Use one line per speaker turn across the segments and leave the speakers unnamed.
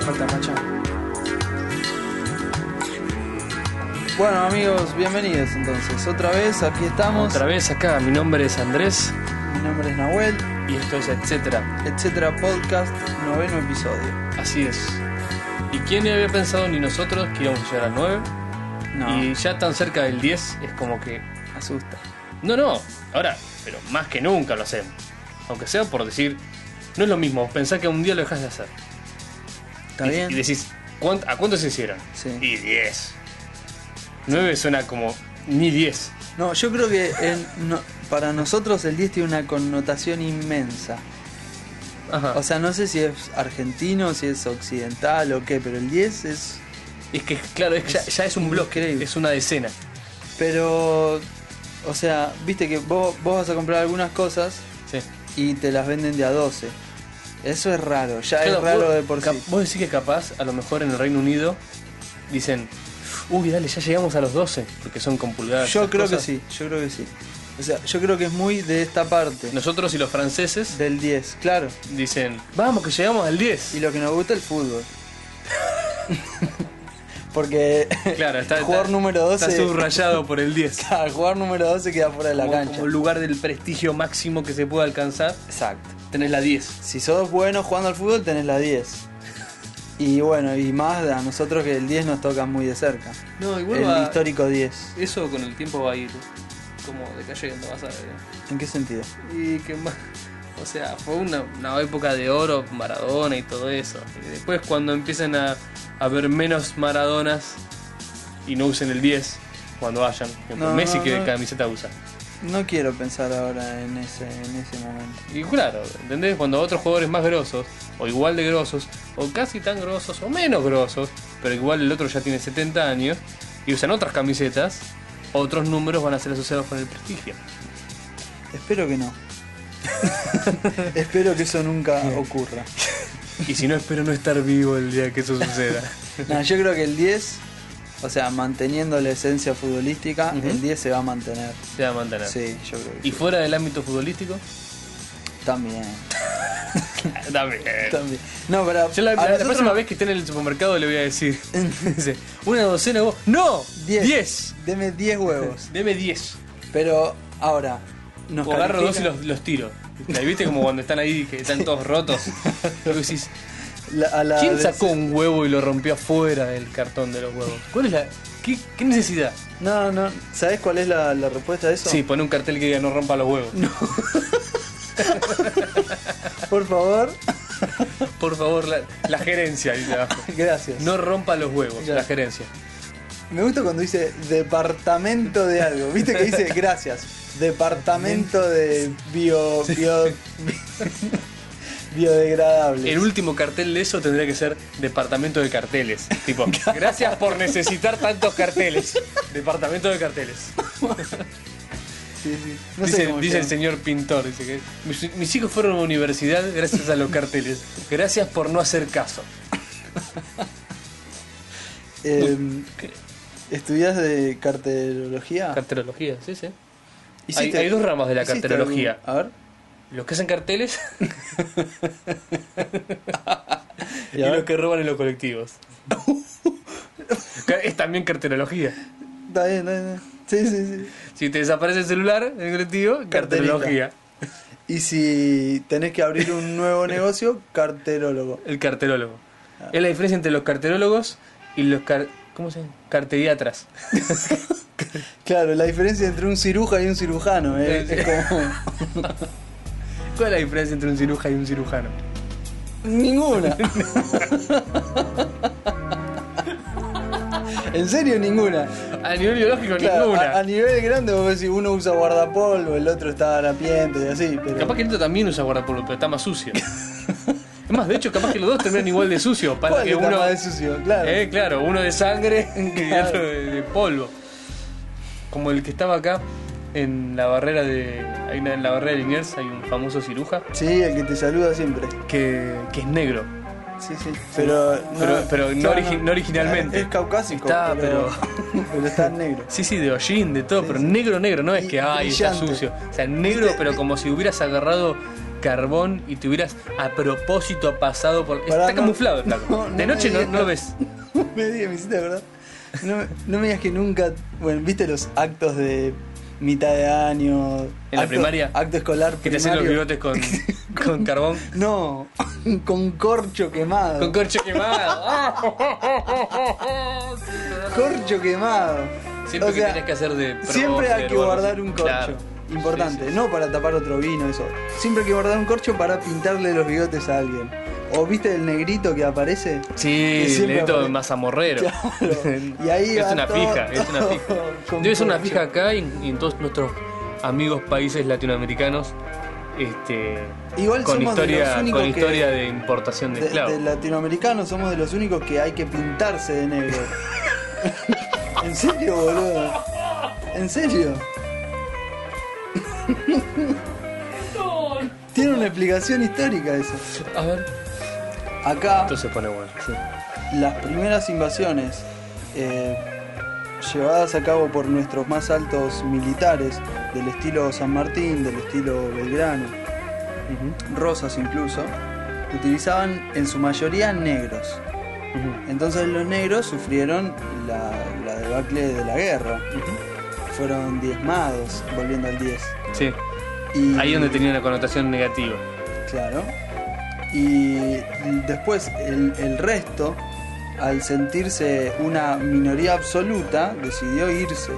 falta, Machado. Bueno, amigos, bienvenidos entonces. Otra vez, aquí estamos.
Otra vez acá, mi nombre es Andrés
Mi nombre es Nahuel,
y esto es etcétera.
etcétera podcast, noveno episodio.
Así es. ¿Y quién había pensado ni nosotros que íbamos a llegar al 9?
No,
Y ya tan cerca del 10 es como que...
asusta.
No, no, ahora, pero más que nunca lo hacemos. Aunque sea por decir, no es lo mismo, vos pensás que un día lo dejas de hacer.
¿Está
y,
bien?
y decís, "¿Cuánt- ¿a cuántos se hicieron?
Sí.
Y 10. 9 suena como ni 10.
No, yo creo que el- no- para nosotros el 10 tiene una connotación inmensa.
Ajá.
O sea, no sé si es argentino, si es occidental o qué, pero el 10 es...
es que, claro, es que ya, ya es un bloque,
Increíble.
es una decena.
Pero, o sea, viste que vos, vos vas a comprar algunas cosas
Sí.
y te las venden de a 12. Eso es raro, ya
Claro,
es raro
vos-
de por
cap-
sí.
Vos decís que capaz, a lo mejor en el Reino Unido, dicen, uy, dale, ya llegamos a los 12, porque son con pulgadas.
Yo
esas
creo que
cosas".
sí, yo creo que sí. O sea, yo creo que es muy de esta parte,
Nosotros y los franceses
del 10, claro.
dicen, vamos, que llegamos al 10.
Y lo que nos gusta el fútbol. Porque
Claro, está, está-
jugar número 12
está subrayado por el 10.
Claro, jugar número 12 queda fuera de la
como,
cancha.
como lugar del prestigio máximo que se puede alcanzar,
Exacto.
tenés la 10.
Si sos bueno jugando al fútbol, tenés la 10. Y bueno, y más a nosotros que el 10 nos toca muy de cerca.
No, igual
El
va-
histórico 10.
Eso con el tiempo va a ir como decayendo, vas a ver.
¿En qué sentido?
Y que más. O sea, fue una, una época de oro, Maradona y todo eso. Y después, cuando empiezan a, a ver menos Maradonas y no usen el 10, cuando vayan. Por
No,
Messi,
no,
que
no.
camiseta usa?
No quiero pensar ahora en ese, en ese momento.
Y claro, ¿entendés? Cuando otros jugadores más grosos, o igual de grosos, o casi tan grosos, o menos grosos, pero igual el otro ya tiene 70 años y usan otras camisetas, otros números van a ser asociados con el prestigio.
Espero que no. Espero que eso nunca ocurra.
Y si no, espero no estar vivo el día que eso suceda.
No, yo creo que el 10, o sea, manteniendo la esencia futbolística,
Ujú.
el 10 se va a mantener.
Se va a mantener.
Sí, yo creo que
¿Y fuera del ámbito futbolístico?
también.
También.
también. No, pero
Yo la,
a
la- la
nosotros
próxima vez que esté en el supermercado le voy a decir. Dice, una docena vos. ¡No!
Diez.
¡Diez!
Deme 10 huevos.
Deme diez.
Pero ahora, nos
o agarro dos y
califican-
los, los tiro. Ahí ¿Viste como cuando están ahí que están todos rotos? Y vos decís,
la- a la
¿Quién
de-
sacó un huevo y lo rompió afuera del cartón de los huevos? ¿Cuál es la.? ¿Qué, qué necesidad?
No, no. ¿Sabes cuál es la, la respuesta a eso?
Sí, pone un cartel que diga no rompa los huevos.
Por favor.
Por favor, la, la gerencia dice abajo.
Gracias.
No rompa los huevos,
Ya.
la gerencia.
Me gusta cuando dice departamento de algo. ¿Viste que dice gracias? Departamento de bio. bio biodegradables.
El último cartel de eso tendría que ser departamento de carteles. Tipo, gracias por necesitar tantos carteles. Departamento de carteles.
Sí, sí. No sé
dice
cómo
dice el
se llama.
señor pintor. Dice que mis, mis hijos fueron a la universidad gracias a los carteles. Gracias por no hacer caso.
Eh,
¿Qué?
¿Estudias de carterología?
Carterología, sí, sí.
Hiciste-
hay dos ramas de la
hiciste
carterología.
algún- A ver.
Los que hacen carteles y,
Y a ver.
los que roban en los colectivos. es también carterología.
Está bien, está bien, está bien. Sí, sí, sí.
Si te desaparece el celular en el colectivo, carterología.
Y si tenés que abrir un nuevo negocio, carterólogo.
El carterólogo. Es la diferencia entre los carterólogos y los car- ¿cómo se llama? carteriatras.
Claro, la diferencia entre un cirujano y un cirujano. ¿eh?
Sí, sí.
Es como.
¿Cuál es la diferencia entre un cirujano y un cirujano?
Ninguna. en serio, ninguna.
A nivel biológico,
Claro,
ninguna.
A, a nivel grande, vos decís, uno usa guardapolvo, el otro está harapiento y así. Pero...
Capaz que el otro también usa guardapolvo, pero está más sucio. es más, de hecho, capaz que los dos terminan igual de sucio. Para
¿Cuál
que
está
uno,
más de sucio? Claro.
Eh, claro, uno de sangre y
Claro.
otro de, de polvo. Como el que estaba acá en la barrera de. Hay una, en la barrera de Liniers hay un famoso ciruja
Sí, el que te saluda siempre.
que, que es negro.
Sí, sí. Pero no,
Pero- pero no origi- no originalmente.
Es caucásico.
Está,
pero está en negro.
Sí, sí, de hollín, de todo,
Sí,
pero
sí.
negro, negro, no es
Y
que ay, está
brillante.
sucio. O sea, negro,
Este-
pero como si hubieras agarrado carbón y te hubieras a propósito pasado por.
Pará,
Está
no,
camuflado el flaco.
no, no
de noche
me
no,
digas.
no lo ves.
me digas, me hiciste, ¿verdad? No, me- no me digas que nunca. Bueno, ¿viste los actos de mitad de año?
la
Acto-
primaria?
Acto escolar
Que te hacen los
primario.
bigotes con, con carbón.
No, con corcho quemado.
Con corcho quemado. ¡Ah!
corcho quemado.
Siempre
O sea,
que tenés que hacer de profe,
Siempre hay que
hermano,
guardar un corcho.
claro.
Importante,
Sí, sí.
no para tapar otro vino, eso. Siempre hay que guardar un corcho para pintarle los bigotes a alguien. ¿O viste el negrito que aparece?
Sí,
Que
el
siempre
negrito
aparece.
más amorrero.
Claro. Y ahí
es
va
una
todo-
fija, es una fija.
todo con
Debe ser una
corcho.
fija acá y en, y en todos nuestros amigos países latinoamericanos. Este,
Igual
con
somos de los
historia,
únicos
con
que-
historia de importación de,
De,
esclavos.
de latinoamericanos somos de los únicos que hay que pintarse de negro. ¿En serio, boludo? ¿En serio? Tiene una explicación histórica eso.
A ver,
Acá
esto se pone bueno. sí.
las primeras invasiones eh, llevadas a cabo por nuestros más altos militares, del estilo San Martín, del estilo Belgrano, Rosas incluso, utilizaban en su mayoría negros. Entonces los negros sufrieron la, la debacle de la guerra. Fueron diezmados, volviendo al 10.
Sí,
Y,
ahí donde tenía una connotación negativa.
Claro. Y después el, el resto, al sentirse una minoría absoluta, decidió irse.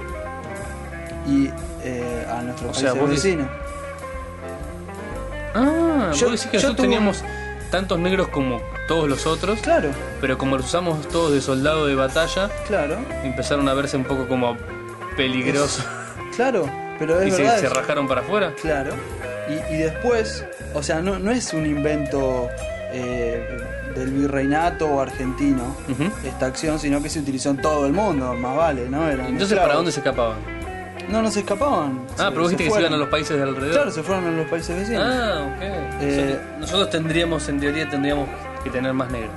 Y eh, a nuestros
O sea,
países
vos decís-
vecinos.
Ah,
Yo-
yo, decís que
yo
nosotros
tuve-
teníamos tantos negros como todos los otros,
Claro,
pero como los usamos todos de soldado de batalla,
claro,
empezaron a verse un poco como peligrosos
claro. Pero es
y se,
verdad.
se
eso.
rajaron para afuera.
Claro. Y, y después, o sea, no, no es un invento eh, del virreinato o argentino
Ujú.
esta acción, sino que se utilizó en todo el mundo, más vale, ¿no? Eran
Entonces,
esclavos.
¿para dónde se escapaban?
No, no se escapaban.
Ah, pero vos dijiste que se
fueron.
iban a los países de alrededor.
Claro, se fueron a los países vecinos.
Ah, ok.
Eh,
Nosotros- Nosotros tendríamos, en teoría, tendríamos que tener más negros.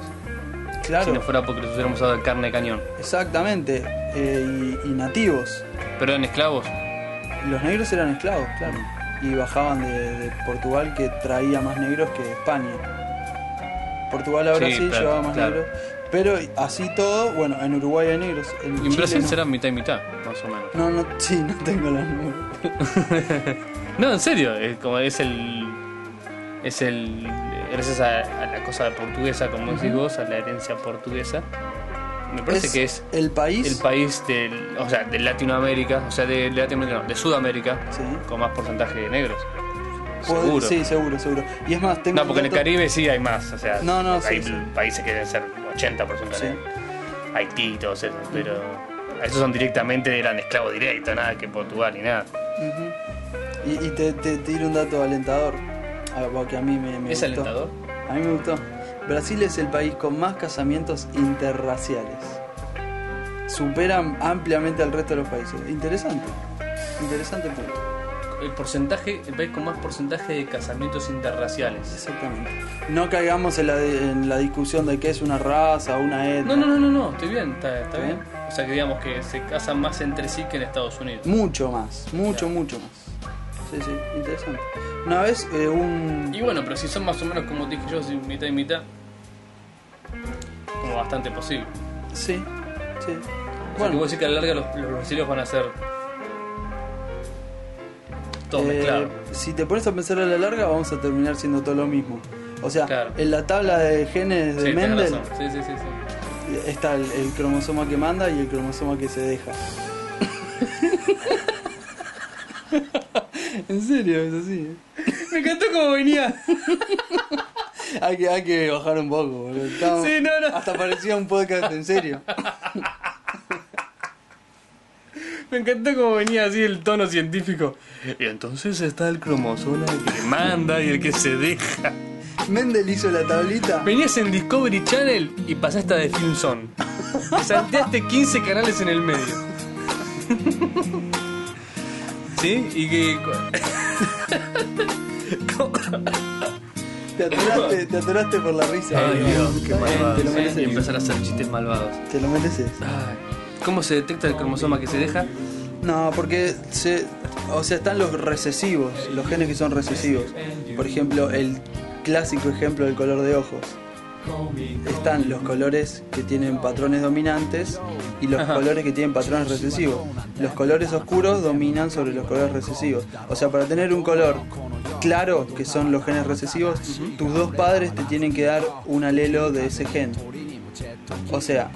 Si
claro,
no fuera porque los hubiéramos dado carne de cañón.
exactamente. Eh, y, y nativos.
Pero eran esclavos.
Los negros eran esclavos, claro. Y bajaban de, de Portugal, que traía más negros que España. Portugal ahora sí,
Sí, claro,
llevaba más
claro.
negros. Pero así todo, bueno, en Uruguay hay negros. En
Y en
Chile
Brasil
no.
serán mitad y mitad, más o menos.
No, no, sí, no tengo los números.
No, en serio, es como es el. Es el. Gracias a, a la cosa portuguesa, como decís vos, a la herencia portuguesa. Me parece que es
el país.
el país del. O sea, de Latinoamérica, o sea, de Latinoamérica, no, de Sudamérica,
Sí.
con más porcentaje de negros.
Pod-
Seguro.
Sí, seguro, seguro. Y es más, tengo
No,
un
porque en el
dato-
Caribe sí hay más, o sea,
No, no,
hay
sí, sí.
países que deben ser 80%
Sí.
de Haití, todos esos, pero esos son directamente, eran esclavos directos, nada que Portugal y nada.
Ujú. Y, y te, te, te diré un dato alentador, algo que a mí me, me
¿Es
gustó.
alentador?
A mí me gustó. Brasil es el país con más casamientos interraciales. Superan ampliamente al resto de los países. Interesante. Interesante punto.
El porcentaje, el país con más porcentaje de casamientos interraciales.
Exactamente. No caigamos en la, en la discusión de qué es una raza, una
No,
etnia.
no, no, no, no, estoy bien, está, está
¿Está
bien. O sea que digamos que se casan más entre sí que en Estados Unidos.
Mucho más. Mucho, mucho más. Sí, sí. Interesante. Una vez eh, un...
Y bueno, pero si son más o menos como dije yo, si mitad y mitad, como bastante posible.
Sí. Sí.
O sea, que
Bueno,
vos decís que a la larga los, los brasileños van a ser todos
Eh,
mezclados.
Si te pones a pensar a la larga, vamos a terminar siendo todo lo mismo. O sea,
Claro.
en la tabla de genes de
Sí, tenés
Mendel
razón. Sí, sí, sí, sí.
eh, está el, el cromosoma que manda y el cromosoma que se deja. en serio, es así. ¿eh?
Me encantó como venía.
Hay que, hay que bajar un poco, boludo. Estamos-
Sí, no, no.
Hasta parecía un podcast en serio.
Me encantó como venía así el tono científico. Y entonces está el cromosoma el que manda y el que se deja.
Mendel hizo la tablita.
Venías en Discovery Channel y pasaste a The Filmson. Salteaste 15 canales en el medio. ¿Sí? Y que.
Te atoraste, te atoraste por la risa.
Ay, Dios, qué
Está bien, Te lo
malvado. Y
mereces.
empezar a hacer chistes malvados.
Te lo mereces.
Ay, ¿Cómo se detecta el cromosoma que se deja?
No, porque se, o sea, están los recesivos, los genes que son recesivos. Por ejemplo, el clásico ejemplo del color de ojos. Están los colores que tienen patrones dominantes y los
Ajá.
colores que tienen patrones recesivos. Los colores oscuros dominan sobre los colores recesivos. O sea, para tener un color claro, que son los genes recesivos, tus dos padres te tienen que dar un alelo de ese gen. O sea,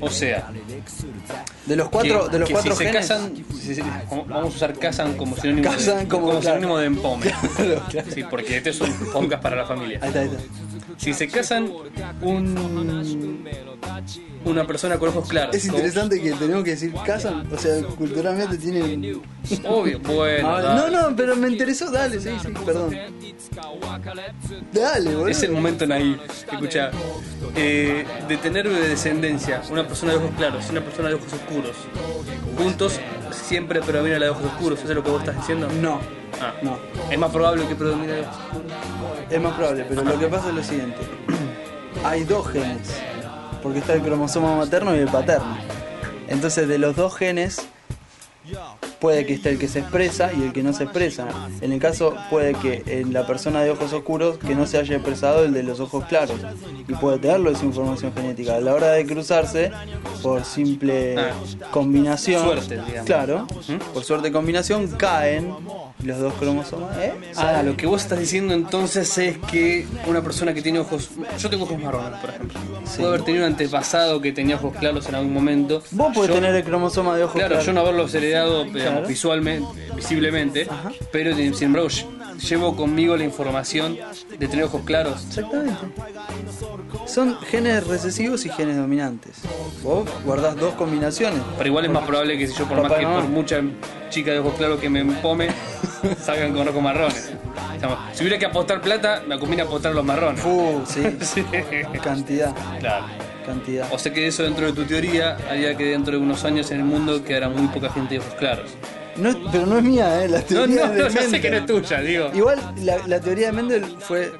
O sea,
de los cuatro,
que,
de los
que
cuatro
si
genes.
se casan, si se- vamos a usar casan como sinónimo,
Casan
de,
como- claro.
sinónimo de empome.
Claro, claro.
Sí, porque este es un podcast para la familia.
Ahí está, ahí está.
Si se casan un, una persona con ojos claros.
Es interesante que tenemos que decir casan, o sea, culturalmente tienen.
con- Obvio, bueno.
Ah,
dale.
no, no, pero me interesó, dale, sí, sí, perdón. Dale, boludo.
Es el momento naí. Escucha, eh, de tener descendencia, una persona de ojos claros y una persona de ojos oscuros, juntos siempre predomina la de ojos oscuros, ¿eso es lo que vos estás diciendo?
No,
Ah.
no,
Es más probable que predomine la de ojos oscuros.
es más probable, pero lo que pasa es lo siguiente: hay dos genes, porque está el cromosoma materno y el paterno. Entonces, de los dos genes, puede que esté el que se expresa y el que no se expresa. En el caso, puede que en la persona de ojos oscuros que no se haya expresado el de los ojos claros. Y puede tenerlo esa información genética. A la hora de cruzarse, por simple
Ah.
combinación.
Suerte, digamos.
Claro, por suerte combinación, caen los dos cromosomas. ¿eh?
Ah, lo que vos estás diciendo entonces es que una persona que tiene ojos. Yo tengo ojos marrones, por ejemplo. Puedo haber tenido un antepasado que tenía ojos claros en algún momento.
Vos podés
Yo-
tener el cromosoma de ojos
Claro,
claros.
yo no haberlos heredado digamos,
Claro.
visualmente, visiblemente, pero sin sin embargo lle- llevo conmigo la información de tener ojos claros.
Exactamente. Son genes recesivos y genes dominantes. Vos guardás dos combinaciones.
Pero igual es más probable que si yo, por más
Papá
que
y mamá.
por mucha chica de ojos claros que me empome, salgan con ojos marrones. Digamos, Si hubiera que apostar plata, me conviene apostar los marrones.
Uh, sí.
Sí,
Cantidad,
claro.
cantidad.
O sea que eso dentro de tu teoría haría que dentro de unos años en el mundo quedará muy poca gente de ojos claros.
No, es- pero no es mía, ¿eh? La
No,
teoría
no,
de
no, ya sé
Mendel.
que no es tuya, digo.
Igual la, la teoría de Mendel fue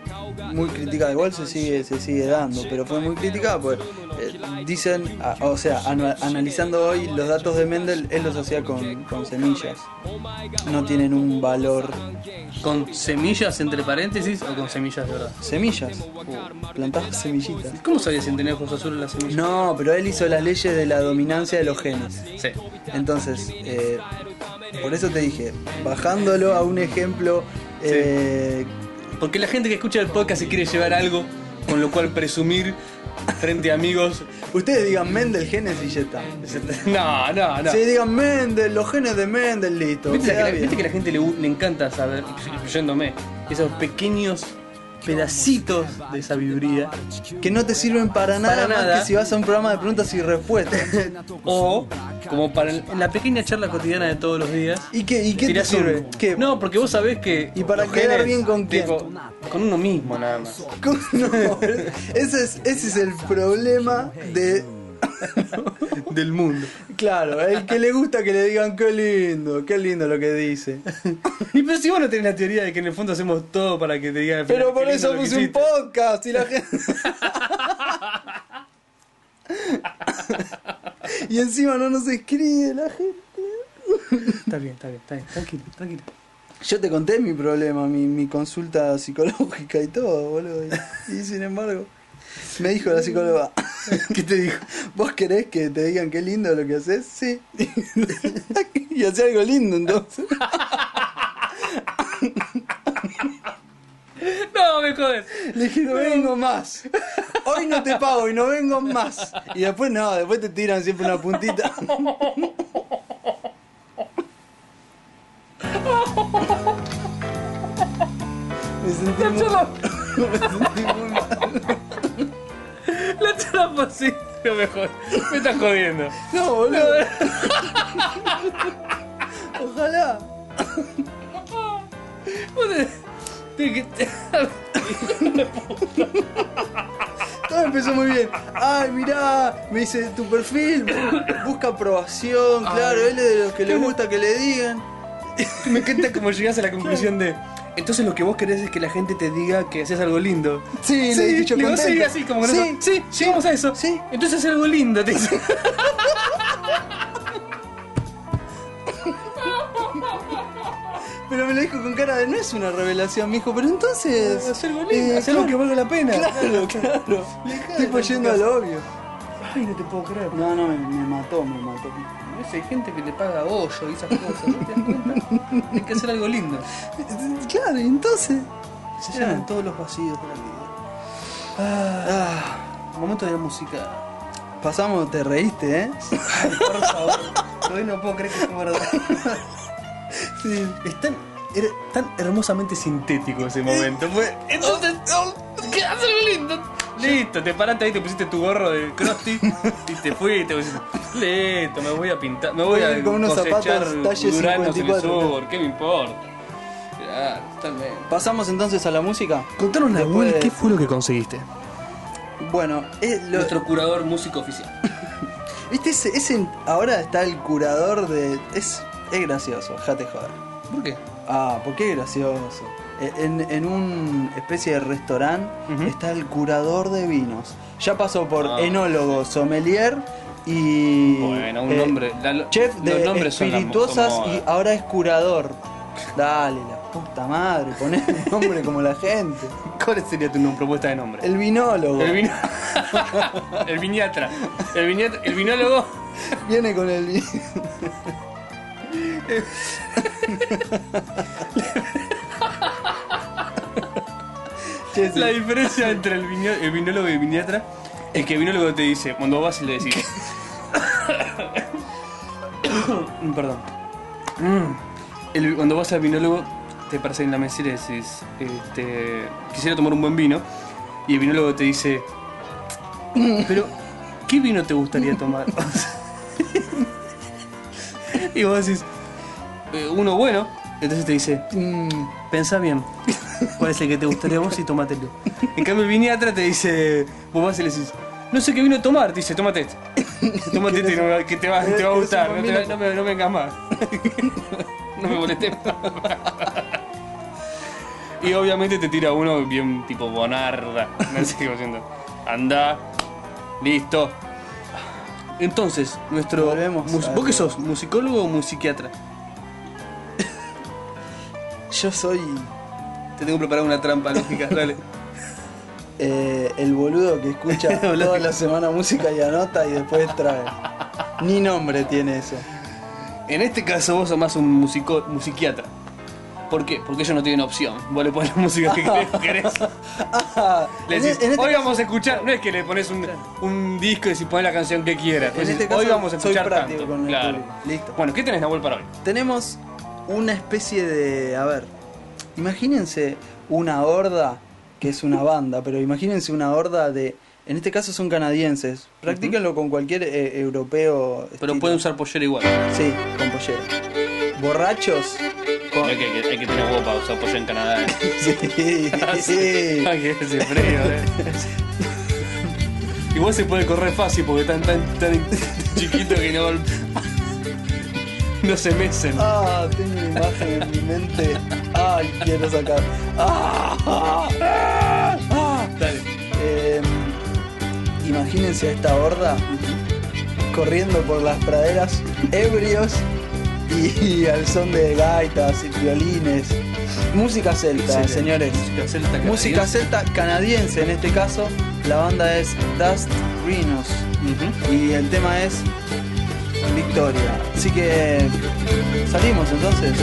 muy criticada, igual se sigue, se sigue dando, pero fue muy criticada porque eh, dicen, ah, o sea, ana- analizando hoy los datos de Mendel, él los hacía con, con semillas. No tienen un valor
¿Con semillas entre paréntesis o con semillas de verdad?
semillas. Plantás semillitas.
¿Cómo sabías si tenía ojos azules las semillas?
No, pero él hizo las leyes de la dominancia de los genes.
Sí.
Entonces, eh, por eso te dije, bajándolo a un ejemplo eh,
Porque la gente que escucha el podcast se quiere llevar algo con lo cual presumir frente a amigos.
Ustedes digan Mendel genes y ya está.
No, no, no.
Sí, digan Mendel, los genes de Mendel, listo.
¿Viste,
queda
la que,
bien.
viste que la gente le, gu- le encanta saber, incluyéndome, esos pequeños pedacitos de sabiduría?
Que no te sirven para nada, más
nada.
que si vas a un programa de preguntas y respuestas.
O, como para el- en la pequeña charla cotidiana de todos los días.
¿Y qué, y qué te
tirás un-
sirve? ¿Qué?
No, porque vos sabés que.
¿Y para
los
quedar
genes,
bien con quién?
tipo, Con uno mismo, nada más.
¿Cómo no? ese, es, ese es el problema de...
Del mundo.
Claro, el que le gusta que le digan qué lindo, qué lindo lo que dice.
Y pero si vos no tenés la teoría de que en el fondo hacemos todo para que te digan.
Pero por
qué lindo lo
eso
que
puse un
hiciste.
podcast y la gente. y encima no nos escribe la gente.
Está bien, está bien, está bien. Tranquilo, tranquilo.
Yo te conté mi problema, mi, mi consulta psicológica y todo, boludo. Y, y sin embargo, me dijo la psicóloga. ¿Qué te dijo? ¿Vos querés que te digan qué lindo lo que haces? Sí. y hacía algo lindo entonces.
No, me jodes.
Le dije, no vengo más. Hoy no te pago y no vengo más. Y después no, después te tiran siempre una puntita. Me sentí
La
muy,
charla,
me sentí muy mal.
la charla fue así. No me jodes. Me estás jodiendo.
No, boludo. Ojalá.
Vos te- te- que- te-
Todo empezó muy bien. Ay, mirá, me dice tu perfil. Busca aprobación, claro, él es de los que le gusta que le digan.
Me encanta cómo llegás a la conclusión de. Entonces lo que vos querés es que la gente te diga que haces algo lindo.
Sí, le he dicho
digo,
contento.
sí, así como con
Sí,
eso. Sí, llegamos a eso.
sí.
Entonces haces algo lindo, te dice.
Pero me lo dijo con cara de no es una revelación, me dijo, pero entonces.
Hacer algo lindo,
eh,
hacer algo que
claro,
valga la pena.
Claro, claro.
Dejá de
Tipo
tantas
yendo al
cosas.
obvio.
Ay, no te puedo creer.
No, no, me, me mató, me mató.
A veces hay gente que te paga bollo y esas cosas, ¿no te das cuenta? Hay que hacer algo lindo.
Claro, y entonces.
Se
Eran
llaman
todos los vacíos de la vida. Ah,
Ah, momento de la música.
pasamos, te reíste, ¿eh?
Ay, por favor. Todavía no puedo creer que fue verdad.
Este,
Sí.
Es tan, era tan hermosamente sintético ese momento. Fue.
Entonces, oh, ¿qué haces algo lindo? Listo, te paraste ahí, te pusiste tu gorro de Krusty y te fuiste. pusiste- Listo, me voy a pintar, me voy
Voy a
a
ir con unos
cosechar
zapatos talle
duranos en el
54.
sur, ¿qué me importa? Claro, totalmente.
Pasamos entonces a la música.
Contanos la
Después-
¿qué fue lo que conseguiste?
Bueno, es lo-
Nuestro curador músico oficial.
viste, ese, ese- ahora está el curador de. Es, es gracioso, jate joder.
¿Por qué?
Ah, porque qué gracioso? Eh, En, en un especie de restaurante
Ujú.
está el curador de vinos. Ya pasó por
Ah.
enólogo, sommelier y.
Bueno, un
eh,
nombre. la-
Chef
los
de
nombres son la- son
espirituosas y
moda.
ahora es curador. Dale, la puta madre, poné el nombre como la gente.
¿Cuál sería tu nom- propuesta de nombre?
El vinólogo.
El, vino... el viniatra. El, viniatra- el vinólogo.
Viene con el vino. Che, sí.
La diferencia entre el, viño- el vinólogo y el viniatra es que el vinólogo te dice, cuando vas y le decís. Perdón. Mm. El- cuando vas al vinólogo, te paras ahí en la mesa y le decís, este, quisiera tomar un buen vino. Y el vinólogo te dice, "Mm, pero, ¿qué vino te gustaría tomar? y vos decís, "Eh, uno bueno. Entonces te dice,
Mm,
Pensá bien. ¿Cuál es el que te gustaría a vos y tomátelo? En cambio, el viniatra te dice. Vos vas y le decís. No sé qué vino a tomar, te dice, tómate este. Tómate este no me- que te va, te va a gustar. No, te va- no me, no vengas más. No me molestes más. Y obviamente te tira uno bien tipo bonarda. No sé qué va haciendo. Andá. Listo. Entonces, nuestro.
Volvemos
mus-
a
¿Vos qué
lo-
sos? ¿Musicólogo o musiquiatra?
yo soy
Te tengo preparada una trampa lógica, dale.
eh, el boludo que escucha toda la semana música y anota y después trae. Ni nombre tiene eso.
En este caso vos sos más un musico, musiquiatra. ¿Por qué? Porque ellos no tienen opción. Vos le pones la música que querés. querés.
Ah,
Le
en
decís,
e- en este
hoy
caso-
vamos a escuchar. No es que le pones un, un disco y si pones la canción que quieras.
en
Vos
este
decís,
caso
hoy vamos a
soy
escuchar
práctico
tanto.
con el
Claro.
público. Listo.
Bueno, ¿qué tenés Nahuel para hoy?
Tenemos una especie de. A ver, imagínense una horda, que es una banda, pero imagínense una horda de. En este caso son canadienses. Practíquenlo con cualquier eh, europeo.
Pero
estilo.
pueden usar pollera igual.
Sí, con pollera. Borrachos. con-
Hay que, hay que tener huevo para usar pollera en Canadá. ¿eh?
Sí, sí.
Ay, que ese frío, eh. Igual se puede correr fácil porque están tan, tan chiquitos que no, no se mecen.
Ah, tengo una imagen en mi mente. Ay, quiero sacar. Ah, ah, ah.
Dale.
Eh, imagínense a esta horda corriendo por las praderas ebrios y, y al son de gaitas y violines. Música celta,
Excelente.
señores.
Música celta.
Música
canadiense.
celta canadiense en este caso. La banda es Dust Rhinos y el tema es Victoria. Así que salimos entonces.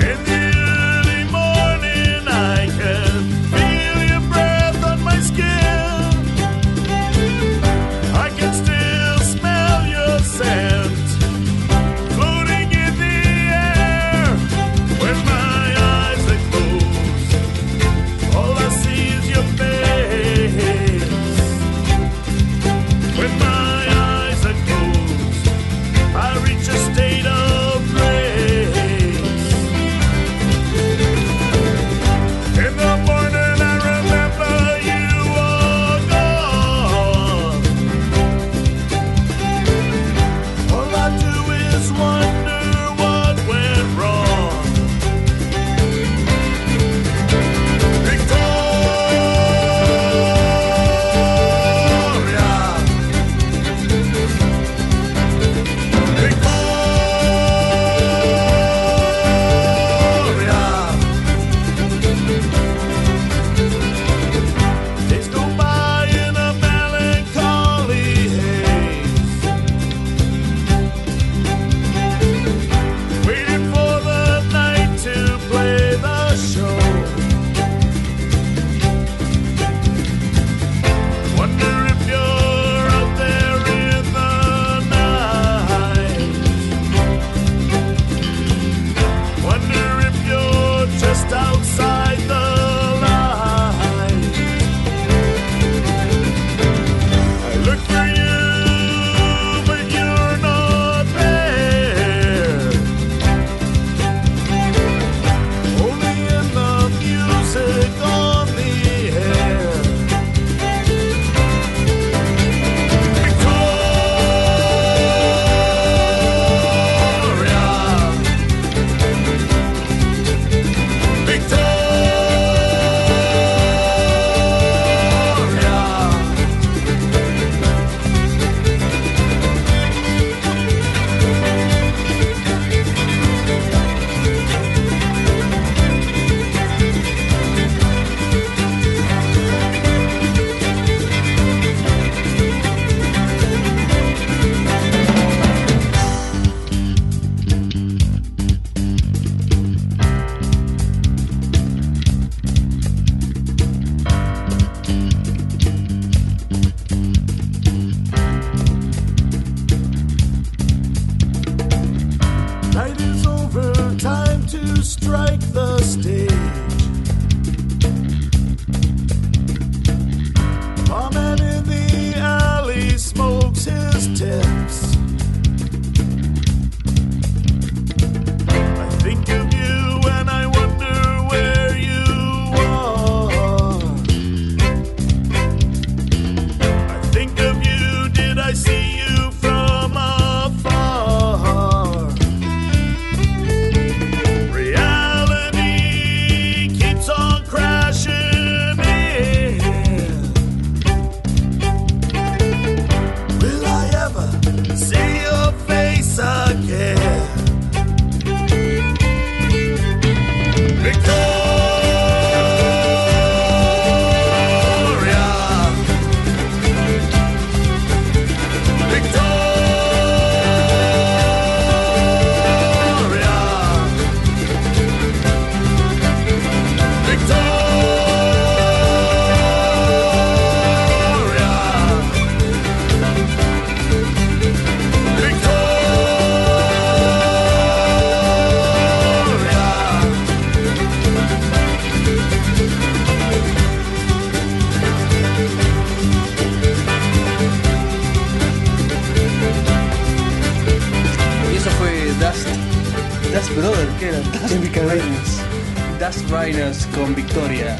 In the early morning, I can feel your breath on my skin. I can still smell your scent floating in the air. When my eyes are closed, all I see is your face. When my eyes are closed, I reach a state of grace. In the
dijeron.
Envy Cadenas.
Das Rhinos con Victoria.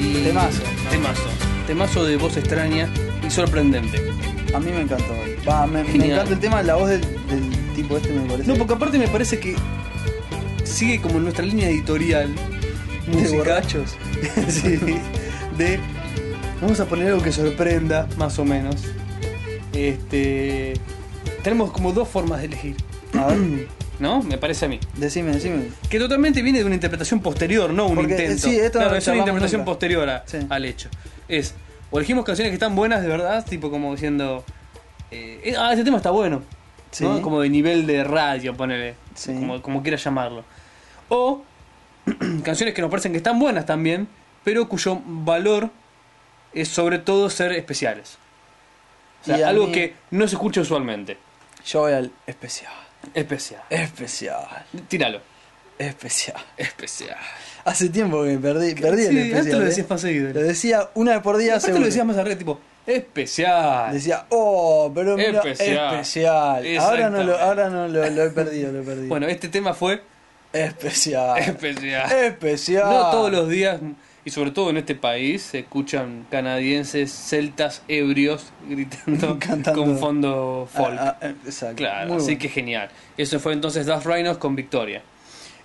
Y
Temazo.
Temazo. Temazo de voz extraña y sorprendente.
A mí me encantó. Va, me, me
Genial.
encanta el tema, la voz del, del tipo este me parece.
No, porque aparte me parece que sigue como nuestra línea editorial
de
musical,
borrachos.
sí, de vamos a poner algo que sorprenda, más o menos. Este tenemos como dos formas de elegir,
A ver,
¿no? Me parece a mí.
decime, decime.
Que totalmente viene de una interpretación posterior, no un
Porque,
intento.
eh, sí, esto no
claro,
lo
es una
charlamos
interpretación
nunca.
posterior a-
Sí.
al hecho. Es, o elegimos canciones que están buenas de verdad, tipo como diciendo, eh, eh, ah, ese tema está bueno.
Sí.
¿no? Como de nivel de radio, ponele.
Sí.
Como, como quieras llamarlo. O canciones que nos parecen que están buenas también, pero cuyo valor es sobre todo ser especiales. O sea,
Y a
algo
mí-
que no se escucha usualmente.
Yo voy al especial.
Especial.
Especial.
Tíralo.
Especial.
Especial.
Hace tiempo que perdí, perdí el
Sí,
especial.
antes lo
¿eh?
decías más seguido.
Lo decía una vez por día,
Aparte
seguro.
lo decías más arriba, tipo, especial.
Decía, oh, pero mira,
Especial.
especial. Ahora no lo,
Exactamente.
ahora no lo, lo he perdido, lo he perdido.
Bueno, este tema fue
especial.
especial.
especial.
No todos los días, y sobre todo en este país, se escuchan canadienses, celtas, ebrios, gritando
Cantando.
con fondo
Ah,
folk.
ah, eh, exacto.
claro,
Muy
así
bueno.
que genial. Eso fue entonces Das Rhinos con Victoria.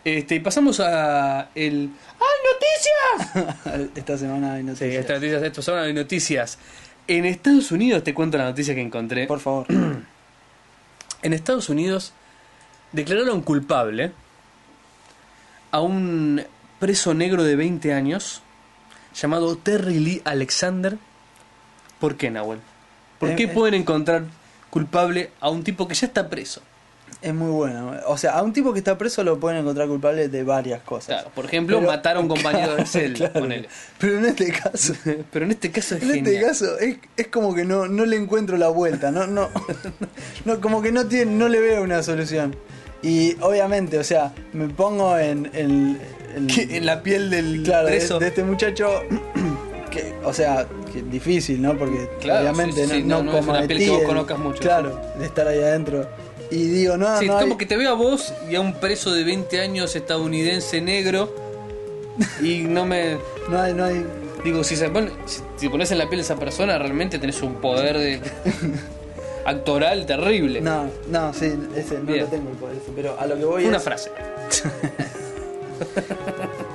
Este, y pasamos a el... ¡Ay, noticias!
Esta semana hay
Sí,
noticias.
estas noticias, estas son las noticias. En Estados Unidos, te cuento la noticia que encontré.
Por favor.
En Estados Unidos declararon culpable a un preso negro de 20 años llamado Terry Lee Alexander. ¿Por qué, Nahuel? ¿Por
Eh,
qué
eh.
pueden encontrar culpable a un tipo que ya está preso?
Es muy bueno. O sea, a un tipo que está preso lo pueden encontrar culpable de varias cosas.
Claro, por ejemplo,
Pero-
matar a un compañero de celda.
Claro.
ponele.
Pero en este caso,
Pero en este caso es
en este
genial.
caso es, es como que no, no le encuentro la vuelta, no, no, no, como que no tiene, no le veo una solución. Y obviamente, o sea, me pongo en, en- en-
Que en la piel del
claro, de,
preso.
de este muchacho que, o sea, que es difícil, ¿no? Porque
Claro,
obviamente
sí, sí, no,
no,
no es
como
una
de
piel
ti
que vos
el-
conozcas mucho,
Claro, de estar ahí adentro. Y digo, no,
Sí,
Ah, no hay-
como que te veo a vos y a un preso de 20 años estadounidense negro y no me...
no hay, no hay,
Digo, si, se pone- si te pones en la piel de esa persona, realmente tenés un poder de actoral terrible.
no, no, sí, ese no
Bien.
lo tengo por eso, pero a lo que voy
Una
es-
frase.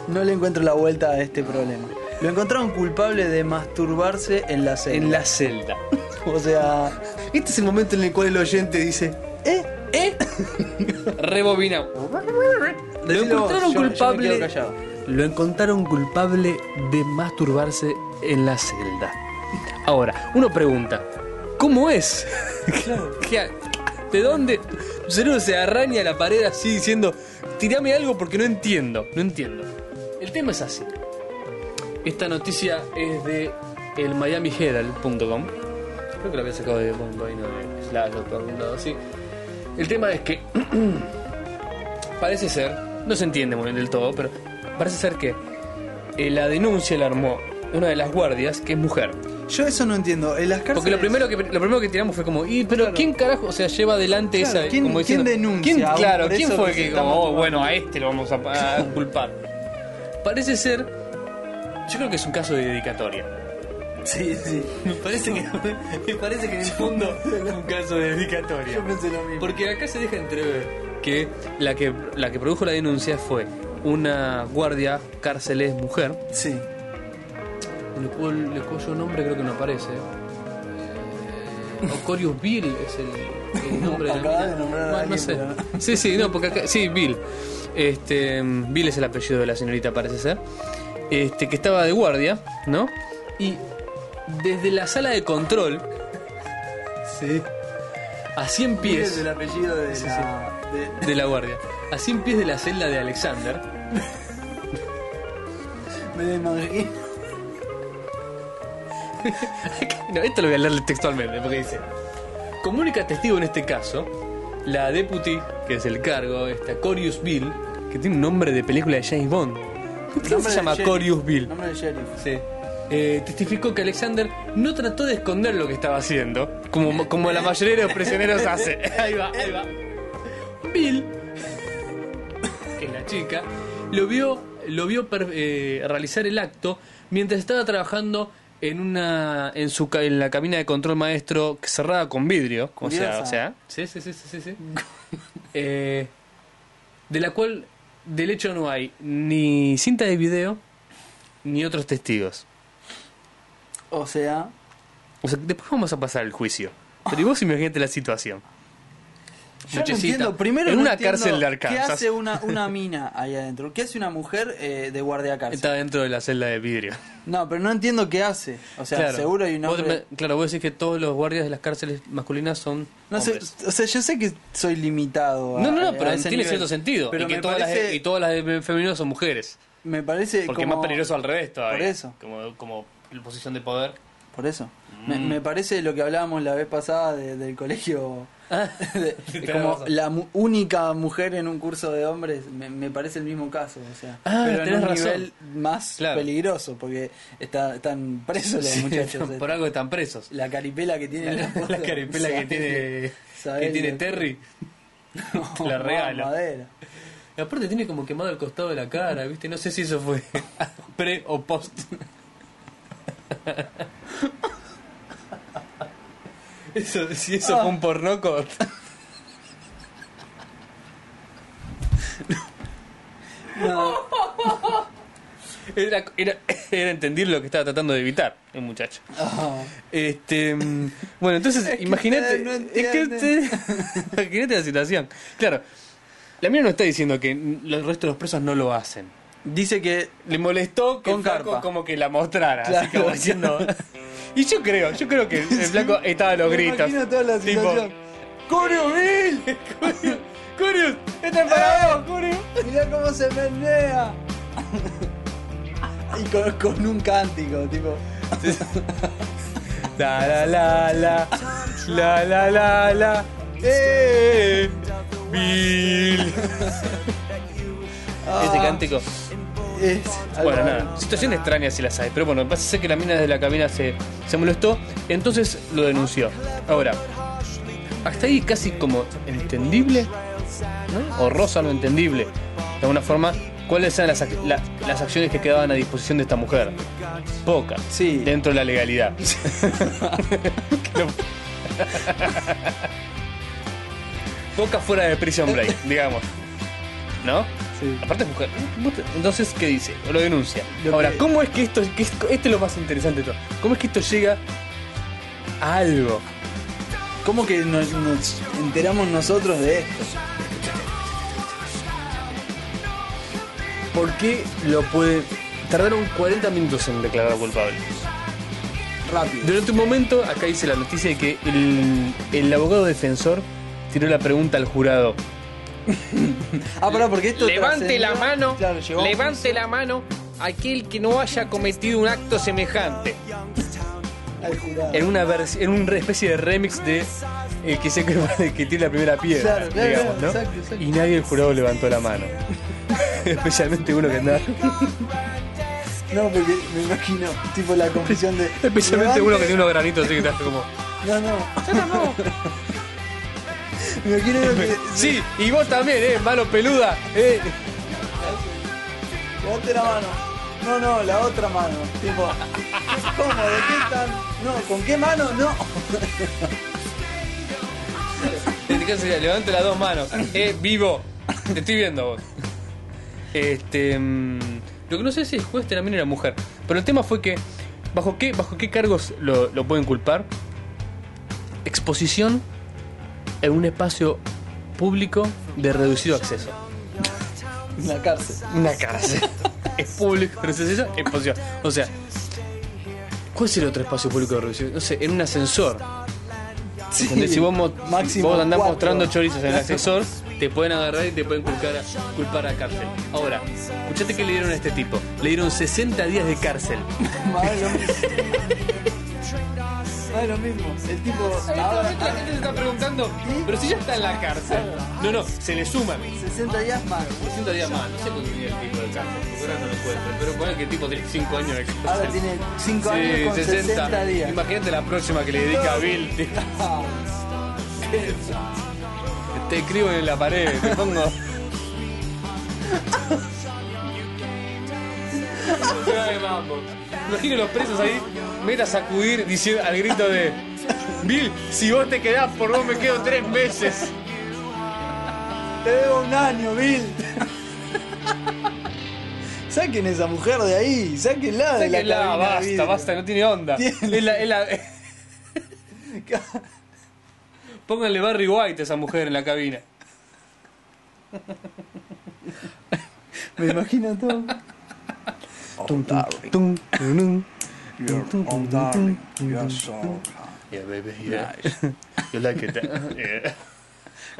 No le encuentro la vuelta a este problema. Lo encontraron culpable de masturbarse en la celda.
En la celda.
O sea,
Este es el momento en el cual el oyente dice:
¿eh?
¿Eh? Rebobina. Lo
Decilo
encontraron
vos, yo- yo me
culpable.
quedo callado.
lo encontraron culpable de masturbarse en la celda. Ahora, uno pregunta, ¿cómo es? ¿Qué- ¿De dónde? Tu cerebro se arraña a la pared así diciendo, tirame algo porque no entiendo, no entiendo. El tema es así. Esta noticia es de el miamiherald.com. Creo que la había sacado de Bombay, no de Slash o por algún lado así. El tema es que parece ser, no se entiende muy bien del todo, pero parece ser que eh, la denuncia la armó una de las guardias, que es mujer.
Yo eso no entiendo. En las cárceles.
Porque lo primero que lo primero que tiramos fue como, y pero ¿quién carajo, o sea, lleva adelante
Claro,
esa
¿quién-
como
quién
diciendo,
denuncia
¿quién-
a un
claro,
preso
quién fue
que se
que
está
como, oh,
masturbando?
bueno, a este lo vamos a, a culpar? Parece ser yo creo que es un caso de dedicatoria.
Sí, sí.
Me parece que me parece que en el fondo es un caso de dedicatoria.
Yo pensé lo mismo.
Porque acá se deja entrever que la que la que produjo la denuncia fue una guardia cárceles mujer.
Sí.
Le cuyo, le cuyo nombre creo que no aparece. Eh, Ocorius Bill es el, el nombre de la
Acabas
mina.
de nombrar a
no, no
alguien,
sé.
pero-
Sí, sí, no, porque acá, sí, Bill. Este, Bill es el apellido de la señorita, parece ser. Este, que estaba de guardia, ¿no? Y desde la sala de control,
Sí.
a 100
Es
pies
el apellido de la. de-
de la guardia, a 100 pies de la celda de Alexander,
Me lo imagino.
No, esto lo voy a leer textualmente, porque dice: Comunica testigo en este caso, la deputy, que es el cargo, esta Corius Bill, que tiene un nombre de película de James Bond. ¿Por qué
Nombre
se
de
llama
sheriff.
Corius Bill?
Nombre del sheriff.
Sí. Eh, testificó que Alexander no trató de esconder lo que estaba haciendo, como, como la mayoría de los prisioneros hace. Ahí va, ahí va. Bill, que la
la chica, lo vio, lo vio per- eh, realizar el acto mientras estaba trabajando en una en su ca- en la cabina de control maestro cerrada con vidrio, o sea,
Curiosa.
o sea, sí, sí, sí, sí, sí, sí. Eh, de la cual del hecho no hay ni cinta de video ni otros testigos.
O sea,
O sea, después vamos a pasar al juicio. Pero y vos imagínate la situación.
yo no
Nochecita.
entiendo. Primero,
en
no
una
entiendo
cárcel de
¿Qué
Arkansas.
hace una, una mina ahí adentro? ¿Qué hace una mujer eh, de guardia cárcel?
Está dentro de la celda de vidrio.
No, pero no entiendo qué hace. O sea,
claro.
seguro hay un
Vos
hombre-
me- claro, vos decís que todos los guardias de las cárceles masculinas son.
No sé,
hombres.
o sea, yo sé que soy limitado. a-
No, no,
a
no, pero
ese
tiene
nivel.
cierto sentido.
Pero
y que
me
todas, las,
parece-
y todas las de- femeninas son mujeres.
Me parece
Porque es
como-
más peligroso al revés todavía.
Por eso.
Como, como posición de poder.
Por eso. Me,
Mm.
me parece lo que hablábamos la vez pasada de- del colegio.
Ah.
de-
Tenés
como
razón.
la mu- única mujer en un curso de hombres, me, me parece el mismo caso. O sea,
Ah,
pero en
tenés
un
razón.
nivel más
Claro.
peligroso, porque está, están presos los
Sí,
muchachos. eh.
por algo están presos.
La caripela que tiene
La,
foto,
la caripela
o sea,
que tiene, que
sabés
tiene
lo-
Terry.
no,
la
más
regalo.
madera.
Y aparte tiene como quemado el costado de la cara, ¿viste? No sé si eso fue pre o post. Eso, si eso fue un porno cort.
No,
Era, era, era entender lo que estaba tratando de evitar el muchacho.
ah,
Este, mm, bueno, entonces imagínate,
ustedes no
es que
entienden.
ustedes- imagínate la situación. Claro, la mía no está diciendo que n- los restos de los presos no lo hacen.
Dice que
Le molestó que
Con
el flaco
carpa.
como que la mostrara, así
Claro.
como diciendo. Y yo creo, yo creo que el flaco estaba a Ah, los
Me
gritos.
imagino toda la
Tipo,
situación.
¡Curio, Bill! ¡Curio! ¡Curio! ¡Está enfadado, Curio!
Mirá cómo se menea. Y con, con un cántico, tipo.
La la la la la la la la eh, Bill. Ese cántico.
Es algo-
Bueno, nada, situaciones extrañas si las hay, pero bueno, pasa que la mina desde la cabina se, se molestó, entonces lo denunció. Ahora, hasta ahí casi como entendible, ¿no? O rosa lo entendible, de alguna forma, cuáles eran las, ac- la- las acciones que quedaban a disposición de esta mujer. Pocas,
Sí.
dentro de la legalidad. Pocas fuera de Prison Break, digamos. ¿No?
Sí.
Aparte es mujer. Vos te- Entonces, ¿qué dice? Lo denuncia.
Lo
Ahora,
que-
¿cómo es que esto, que es- este es lo más interesante de todo? ¿Cómo es que esto llega a algo?
¿Cómo que nos, nos enteramos nosotros de esto?
¿Por qué lo puede... Tardaron 40 minutos en declarar culpable.
Rápido.
Durante un momento, acá dice la noticia de que el, el abogado defensor tiró la pregunta al jurado.
Ah, pará, porque esto.
Levante
trascendió.
la mano,
Claro, llegó a
levante la mano aquel que no haya cometido un acto semejante.
al jurado.
En una, vers- en una especie de remix de el que se que, que tiene la primera piedra.
Claro, claro,
digamos, ¿no?
exacto, exacto.
Y nadie del jurado levantó la mano. Especialmente uno que andaba.
No, porque me imagino, tipo la confesión de.
Especialmente
Levante-
uno que tiene unos granitos así que está como.
No, no. me imagino uno que.
Sí, y vos también, eh, mano peluda. Eh.
Levante la mano. No, no, la otra mano. Tipo, ¿cómo? ¿De qué están? No, ¿con qué mano? No.
En este caso sería, levante las dos manos. Eh, vivo. Te estoy viendo vos. Este. mm, lo que no sé si el juez también era mujer. Pero el tema fue que. ¿Bajo qué, bajo qué cargos lo, lo pueden culpar? Exposición en un espacio público de reducido acceso.
En la cárcel.
Una cárcel. es público de reducido acceso, exposición. O sea. ¿Cuál sería otro espacio público de reducido? No sé, en un ascensor.
Sí.
Donde si vos, mo-
Máximo
vos andás
cuatro.
mostrando chorizos en el ascensor, te pueden agarrar y te pueden culpar a, culpar a cárcel. Ahora, escuchate que le dieron a este tipo. Le dieron 60 días de cárcel.
Más de lo mismo. Más de lo mismo. El tipo. Ahora,
gente se está preguntando, pero si ya está en la cárcel. No, no, se le suman.
60 días más.
60 días más, no sé cuánto tiene el tipo de cárcel, porque ahora no lo encuentro. Pero ponen que el tipo tiene 5 años de cárcel.
Ahora tiene 5 años
Sí,
con 60, días.
Imagínate la próxima que le dedica a Bill. tipo,
Ah,
Te escribo en la pared, te pongo. Ay, mambo. Imagino los presos ahí, meta sacudir diciendo al grito de Bill, si vos te quedás por vos me quedo tres meses.
Te debo un año, Bill. Saquen esa mujer de ahí, sáquenla de la
Sáquenla,
cabina,
basta,
Bill.
basta, no tiene onda.
Tiene-
Es la- es la- Pónganle Barry White a esa mujer en la cabina.
Me imagino todo.
Tum, tum, tum, tum, tum, tum, tum, tum, tum, tum.
Yeah, baby, yeah. You like it. yeah.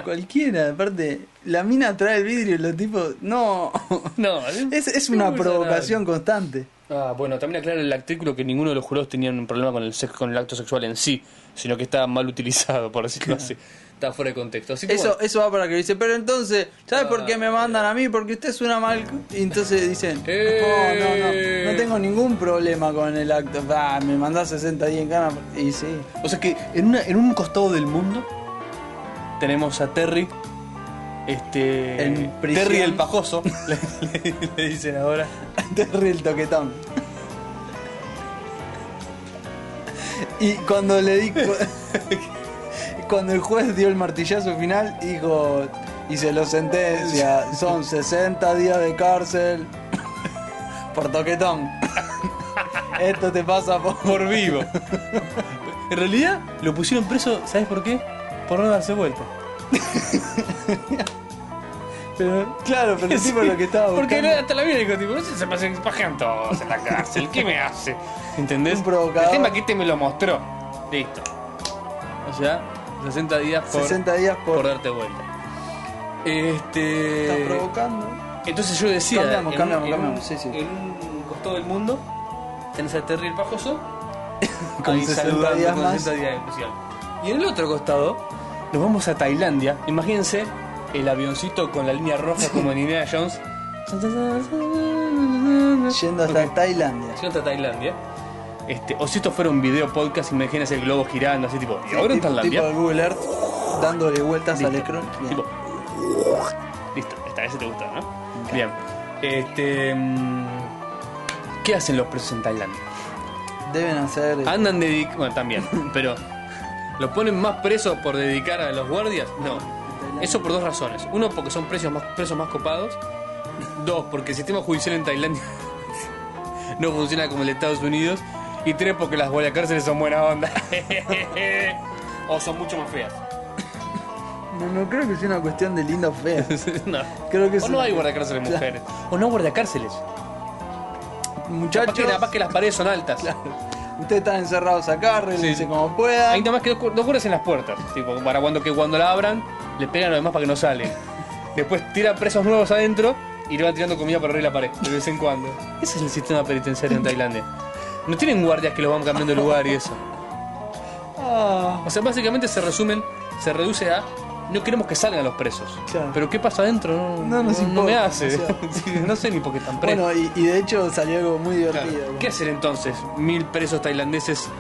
Cualquiera, aparte, la mina trae el vidrio y los tipos. No.
No,
Es, es una
no,
provocación constante.
Ah, bueno, también aclara el artículo que ninguno de los jurados tenían un problema con el, sex- con el acto sexual en sí, sino que estaba mal utilizado, por decirlo así. Está fuera de contexto. Así que
Eso,
bueno,
eso va para que dice, pero entonces, ¿sabes por qué me
Ah,
mandan a mí? Porque usted es una mal. Y entonces dicen, "Oh,
Eh.
no, no, no, no tengo ningún problema con el acto. Ah, me mandás 60 días en cana. Y sí.
O sea que en, una, en un costado del mundo
tenemos a Terry. Este.
En prisión.
Terry el Pajoso, le, le- le dicen ahora.
Terry el toquetón. Y cuando le di. Cuando el juez dio el martillazo final, dijo. Y se lo sentencia. Son 60 días de cárcel. Por toquetón. Esto te pasa por.
Por vivo. En realidad, lo pusieron preso, ¿sabes por qué? Por no darse vuelta.
Pero, claro, pero el tipo lo que estaba buscando.
Porque no, hasta la vida dijo, tipo, no se se pasen, pajean todos en la cárcel, ¿qué me hace? ¿Entendés?
Un provocador.
El tema que este me lo mostró. Listo. O sea, 60 días por,
60 días por.
por darte vuelta. Este.
Estás provocando.
Entonces yo decía.
Eh, Cambiamos,
en
cambiamos,
un- en un-
cambiamos, sí, sí.
En un costado del mundo tenés a Terry el Pajoso.
Con
ahí
60
saludando
días
con
más.
60 días de prisión. Y en el otro costado nos vamos a Tailandia. Imagínense el avioncito con la línea roja como en Indiana Jones.
Yendo hasta Tailandia.
Llegando a Tailandia. Este, o si esto fuera un video podcast, imagínense el globo girando, así tipo. Y ahora en
tipo,
Tailandia.
tipo de Google Earth dándole vueltas al
Listo.
scroll. Bien.
Tipo, Listo, esta vez te gusta, ¿no? Bien. Este. mm, ¿Qué hacen los presos en Tailandia?
Deben hacer.
Andan dedicados. Bueno, también, pero. ¿Los ponen más presos por dedicar a los guardias? No. Eso por dos razones. Uno, porque son presos más, presos más copados. Dos, porque el sistema judicial en Tailandia no funciona como el de Estados Unidos. Y tres, porque las guardiacárceles son buena onda. o son mucho más feas.
No, no creo que sea una cuestión de linda o fea.
no.
Creo que
o
es
no
una-
hay guardacárceles
Claro.
mujeres. O no guardacárceles. Capaz
Muchachos,
que, capaz que las paredes son altas.
ustedes están encerrados acá, arreglense como puedan.
Hay nada más que dos, cu- dos cuerdas en las puertas. Tipo, para cuando, que cuando la abran, le pegan a los demás para que no salen. Después tiran presos nuevos adentro y le van tirando comida por arriba de la pared, de vez en cuando. Ese es el sistema penitenciario en Tailandia. No tienen guardias que los van cambiando de lugar y eso.
Ah.
O sea, básicamente se resumen, se reduce a. No queremos que salgan los presos.
Claro.
Pero ¿qué pasa adentro? No,
No nos
me
importa,
hace.
o sea.
Sí, no sé ni por qué están presos.
bueno, y, y de hecho salió algo muy
Claro.
divertido.
¿Qué hacer entonces? Mil presos tailandeses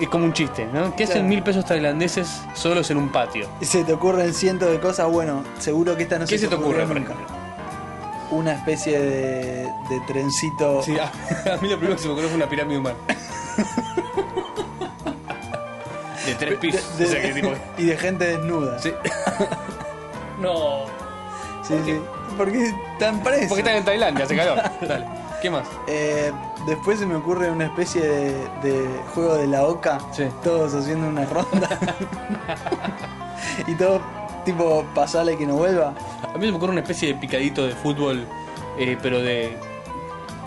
es como un chiste, ¿no? ¿Qué hacen
Claro.
mil presos tailandeses solos en un patio?
Se te ocurren cientos de cosas, bueno, seguro que esta no
¿Qué se te ocurre, por
ocurrió
ejemplo?
nunca. Una especie de, de trencito.
Sí, a, a mí lo primero que se me ocurrió fue una pirámide humana. De tres
de-
pisos.
de-
o sea, que tipo-
y de gente desnuda.
Sí. No.
Sí, sí. ¿Por qué tan preso?
Porque están en Tailandia, hace calor. Dale. ¿Qué más?
Eh, después se me ocurre una especie de, de juego de la oca,
Sí.
todos haciendo una ronda. y todo tipo, pasale que no vuelva.
A mí se me ocurre una especie de picadito de fútbol, eh, pero de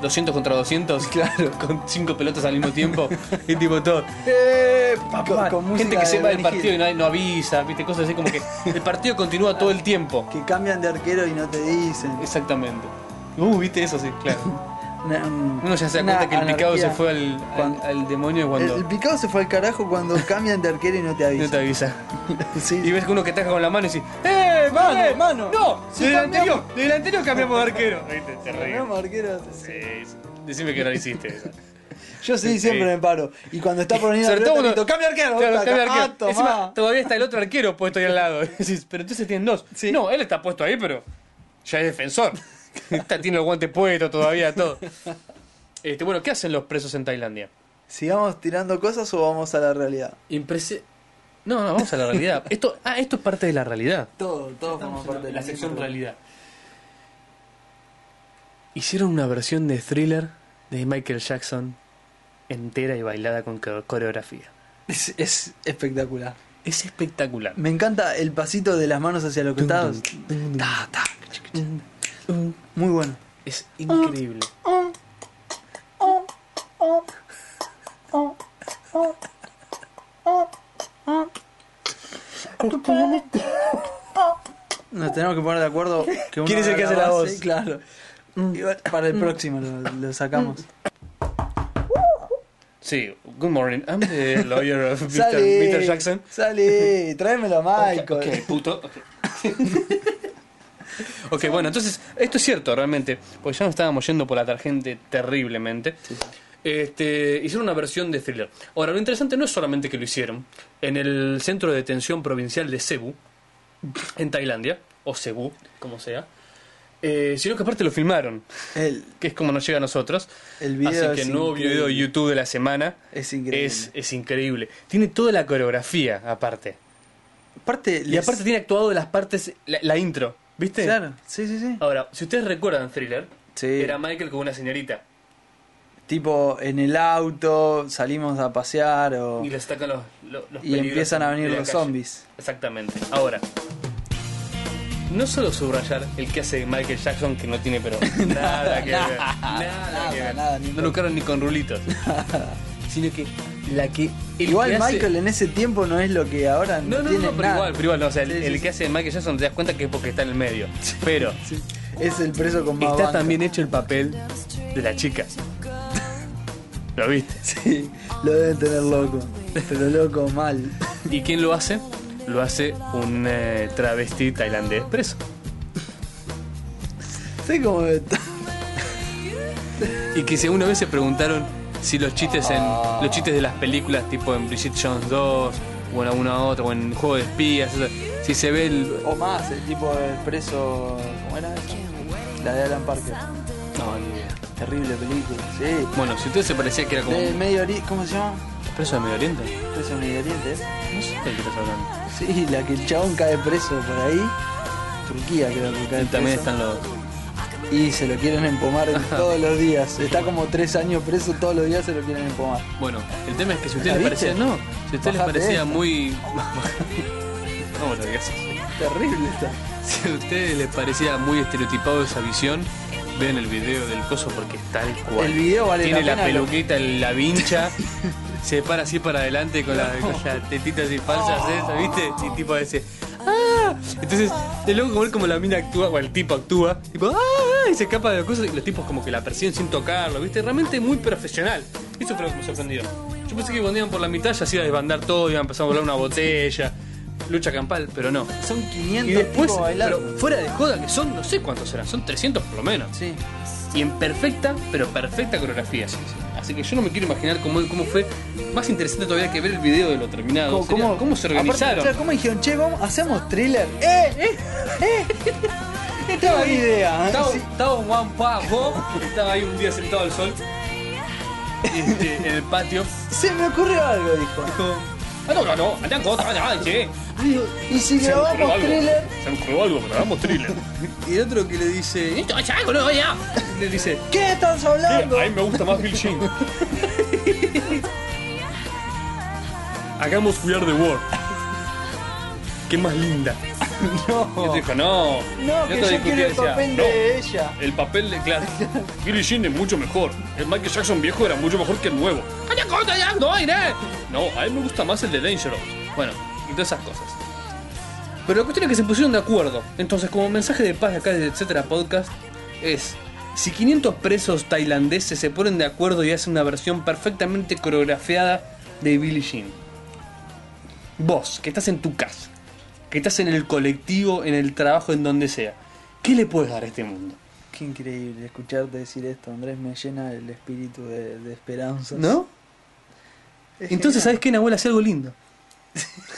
200 contra 200, claro, con cinco pelotas al mismo tiempo. y tipo todo. "Eh, papá".
con música
gente que
de
se va del
Benny
partido
Hill.
y no, no avisa, viste, cosas así como que el partido continúa todo el tiempo.
Que cambian de arquero y no te dicen.
Exactamente. Uh, viste eso, sí, claro.
Una- un-
Uno ya se da
una
cuenta que el picado
anarquía.
se fue al, al-
Cuando-
al demonio cuando
El, el picado se fue al carajo cuando cambian de arquero y no te
no
avisan.
te avisa.
Sí.
Y ves que uno que ataca con la mano y dice, ¡eh,
Mano,
eh,
mano!
¡No!
Si
del
cambiamos-
anterior, del anterior cambiamos de arquero. Viste, te reís.
Cambiamos de arquero. sí.
Sí, sí. Decime que no lo hiciste. esa.
Yo sí,
Sí.
siempre me paro. Y cuando está por venir
Sobre todo cuando-
cambia arquero.
Claro,
taca,
cambia de
ah,
arquero.
tomá.
Encima, todavía está el otro arquero puesto ahí al lado. Decís, pero entonces tienen dos.
Sí.
No, él está puesto ahí, pero ya es defensor. Está, tiene el guante puesto todavía, todo. Este, bueno, ¿qué hacen los presos en Tailandia?
¿Sigamos tirando cosas o vamos a la realidad?
Impresi- No, no, vamos a la realidad. Esto, ah, esto es parte de la realidad.
Todo, todo forma parte de
la sección realidad. Hicieron una versión de thriller de Michael Jackson entera y bailada con co- coreografía.
Es, es espectacular.
Es espectacular.
Me encanta el pasito de las manos hacia los costados. Ta, ta. Muy bueno.
Es increíble.
Nos tenemos que poner de acuerdo. Que uno
¿Quién es el que
haga
hace la
base,
voz? Mm.
Claro. Y bueno, Para el próximo lo, lo sacamos.
Sí, good morning. I'm the lawyer of Mr.
Salí,
Mr. Jackson.
Salí, tráemelo a Michael.
Ok, puto. Ok, Ok, bueno, entonces, esto es cierto realmente, porque ya nos estábamos yendo por la tarjeta terriblemente. Este, hicieron una versión de thriller. Ahora, lo interesante no es solamente que lo hicieron. En el centro de detención provincial de Cebu, en Tailandia, o Cebu, como sea, eh, sino que aparte lo filmaron,
El,
que es como nos llega a nosotros.
el video
Así que
es
el nuevo
increíble.
video de YouTube de la semana
Es increíble.
es, es increíble. Tiene toda la coreografía aparte.
Aparte,
Y
les-
aparte tiene actuado de las partes, la, la intro, ¿viste?
Claro, sí, sí, sí.
Ahora, si ustedes recuerdan Thriller,
Sí.
era Michael con una señorita
Tipo en el auto, salimos a pasear o,
y
y,
les sacan los, los, los peligros
empiezan a
de
venir
la
los
calle.
zombies.
Exactamente. Ahora, no solo subrayar el que hace de Michael Jackson, que no tiene pero nada que ver. Nada,
nada,
que ver.
nada, ni
no
con-
lucraron ni con rulitos. sino que la que. el
Igual
que hace-
Michael en ese tiempo no es lo que ahora
No, no, no,
tiene
pero
nada.
igual, pero igual, no, o sea, el,
Sí, sí,
el
sí.
que hace de Michael Jackson te das cuenta que es porque está en el medio. Pero
Sí. Es el preso con más
está
banca.
también hecho el papel de la chica. ¿Lo viste?
Sí, lo deben tener loco. Pero loco mal.
¿Y quién lo hace? Lo hace un eh, travesti tailandés preso.
Sé cómo me-
Y que según una vez se preguntaron si los chistes en
Ah.
los chistes de las películas tipo en Bridget Jones 2 o en alguna otra o en Juego de Espías, eso, si se ve el...
O más, el tipo del preso. ¿Cómo era esa? La de Alan Parker.
No, ni idea.
Terrible película. Sí.
Bueno, si a ustedes se parecía que era como
De
un
Medio Oriente. ¿Cómo se llama?
preso de Medio Oriente,
Preso de Medio Oriente. ¿eh?
no sé de qué estás hablando.
Sí, la que el chabón cae preso por ahí. Turquía creo que cae
Y también
preso.
están los...
Y se lo quieren empomar en todos los días. Está como tres años preso, todos los días se lo quieren empomar.
Bueno, el tema es que si a ustedes
¿La
les
viste?
parecía... No, si a ustedes les
Bajate
parecía
esta.
muy... no me lo digas.
Terrible está.
Si a ustedes les parecía muy estereotipado esa visión, vean el video del coso porque es tal cual.
El video vale
Tiene
la
la,
pena, lo-
peluquita, la vincha, se para así para adelante con, la- con las tetitas y falsas, esas, ¿viste? Y tipo ese. ¡Ah! Entonces, de luego como, él, como la mina actúa, o el tipo actúa, tipo, ¡ah! Y se escapa de los cosas y los tipos como que la persiguen sin tocarlo, ¿viste? Realmente muy profesional. Eso fue lo que me sorprendió. Yo pensé que cuando iban por la mitad ya se iba a desbandar todo, iban a empezar a volar una botella, lucha campal, pero no.
Son 500
Y después,
tipos bailando.
pero fuera de joda, que son no sé cuántos serán, son 300 por lo menos.
Sí.
Y en perfecta, pero perfecta coreografía. Así que yo no me quiero imaginar cómo, cómo fue. Más interesante todavía que ver el video de lo terminado.
¿Cómo,
Sería,
cómo-
se
aparte,
organizaron?
claro, ¿Cómo dijeron, che, vamos, hacemos thriller? ¡Eh! ¡Eh! ¡Eh! Estaba la idea. ¿eh?
Estaba,
Sí.
estaba un Juan Pablo, estaba ahí un día sentado al sol, este, en el patio.
Se me ocurrió algo, dijo.
Ah, no, no, no, andá con otra, andá, che.
Y si
Se me ocurrió
grabamos
algo.
thriller.
Se me ocurrió algo, grabamos thriller.
Y el otro que le dice,
eh, Esto es algo, no, ya. Le dice,
¿qué estás
"Eh,
hablando?
me gusta más Bill Sheen. Hagamos We Are the World. Qué más linda. Y
No,
otro dijo,
no,
no. Y
que
otro
yo
discutía,
quiero el
decía,
papel
"No,
de ella.
El papel de claro. Billy Jean es mucho mejor. El Michael Jackson viejo era mucho mejor que el nuevo. ¡Ay, ya corta, ya! ¡No, Irene! No, a él me gusta más el de Dangerous. Bueno, y todas esas cosas. Pero la cuestión es que se pusieron de acuerdo. Entonces, como mensaje de paz de acá de Etcétera Podcast, es: si 500 presos tailandeses se ponen de acuerdo y hacen una versión perfectamente coreografiada de Billie Jean. Vos, que estás en tu casa, que estás en el colectivo, en el trabajo, en donde sea, ¿qué le puedes dar a este mundo?
Qué increíble escucharte decir esto, Andrés. Me llena el espíritu de, de esperanza.
¿No? Entonces, ¿sabes qué, Nahuel? Hace algo lindo.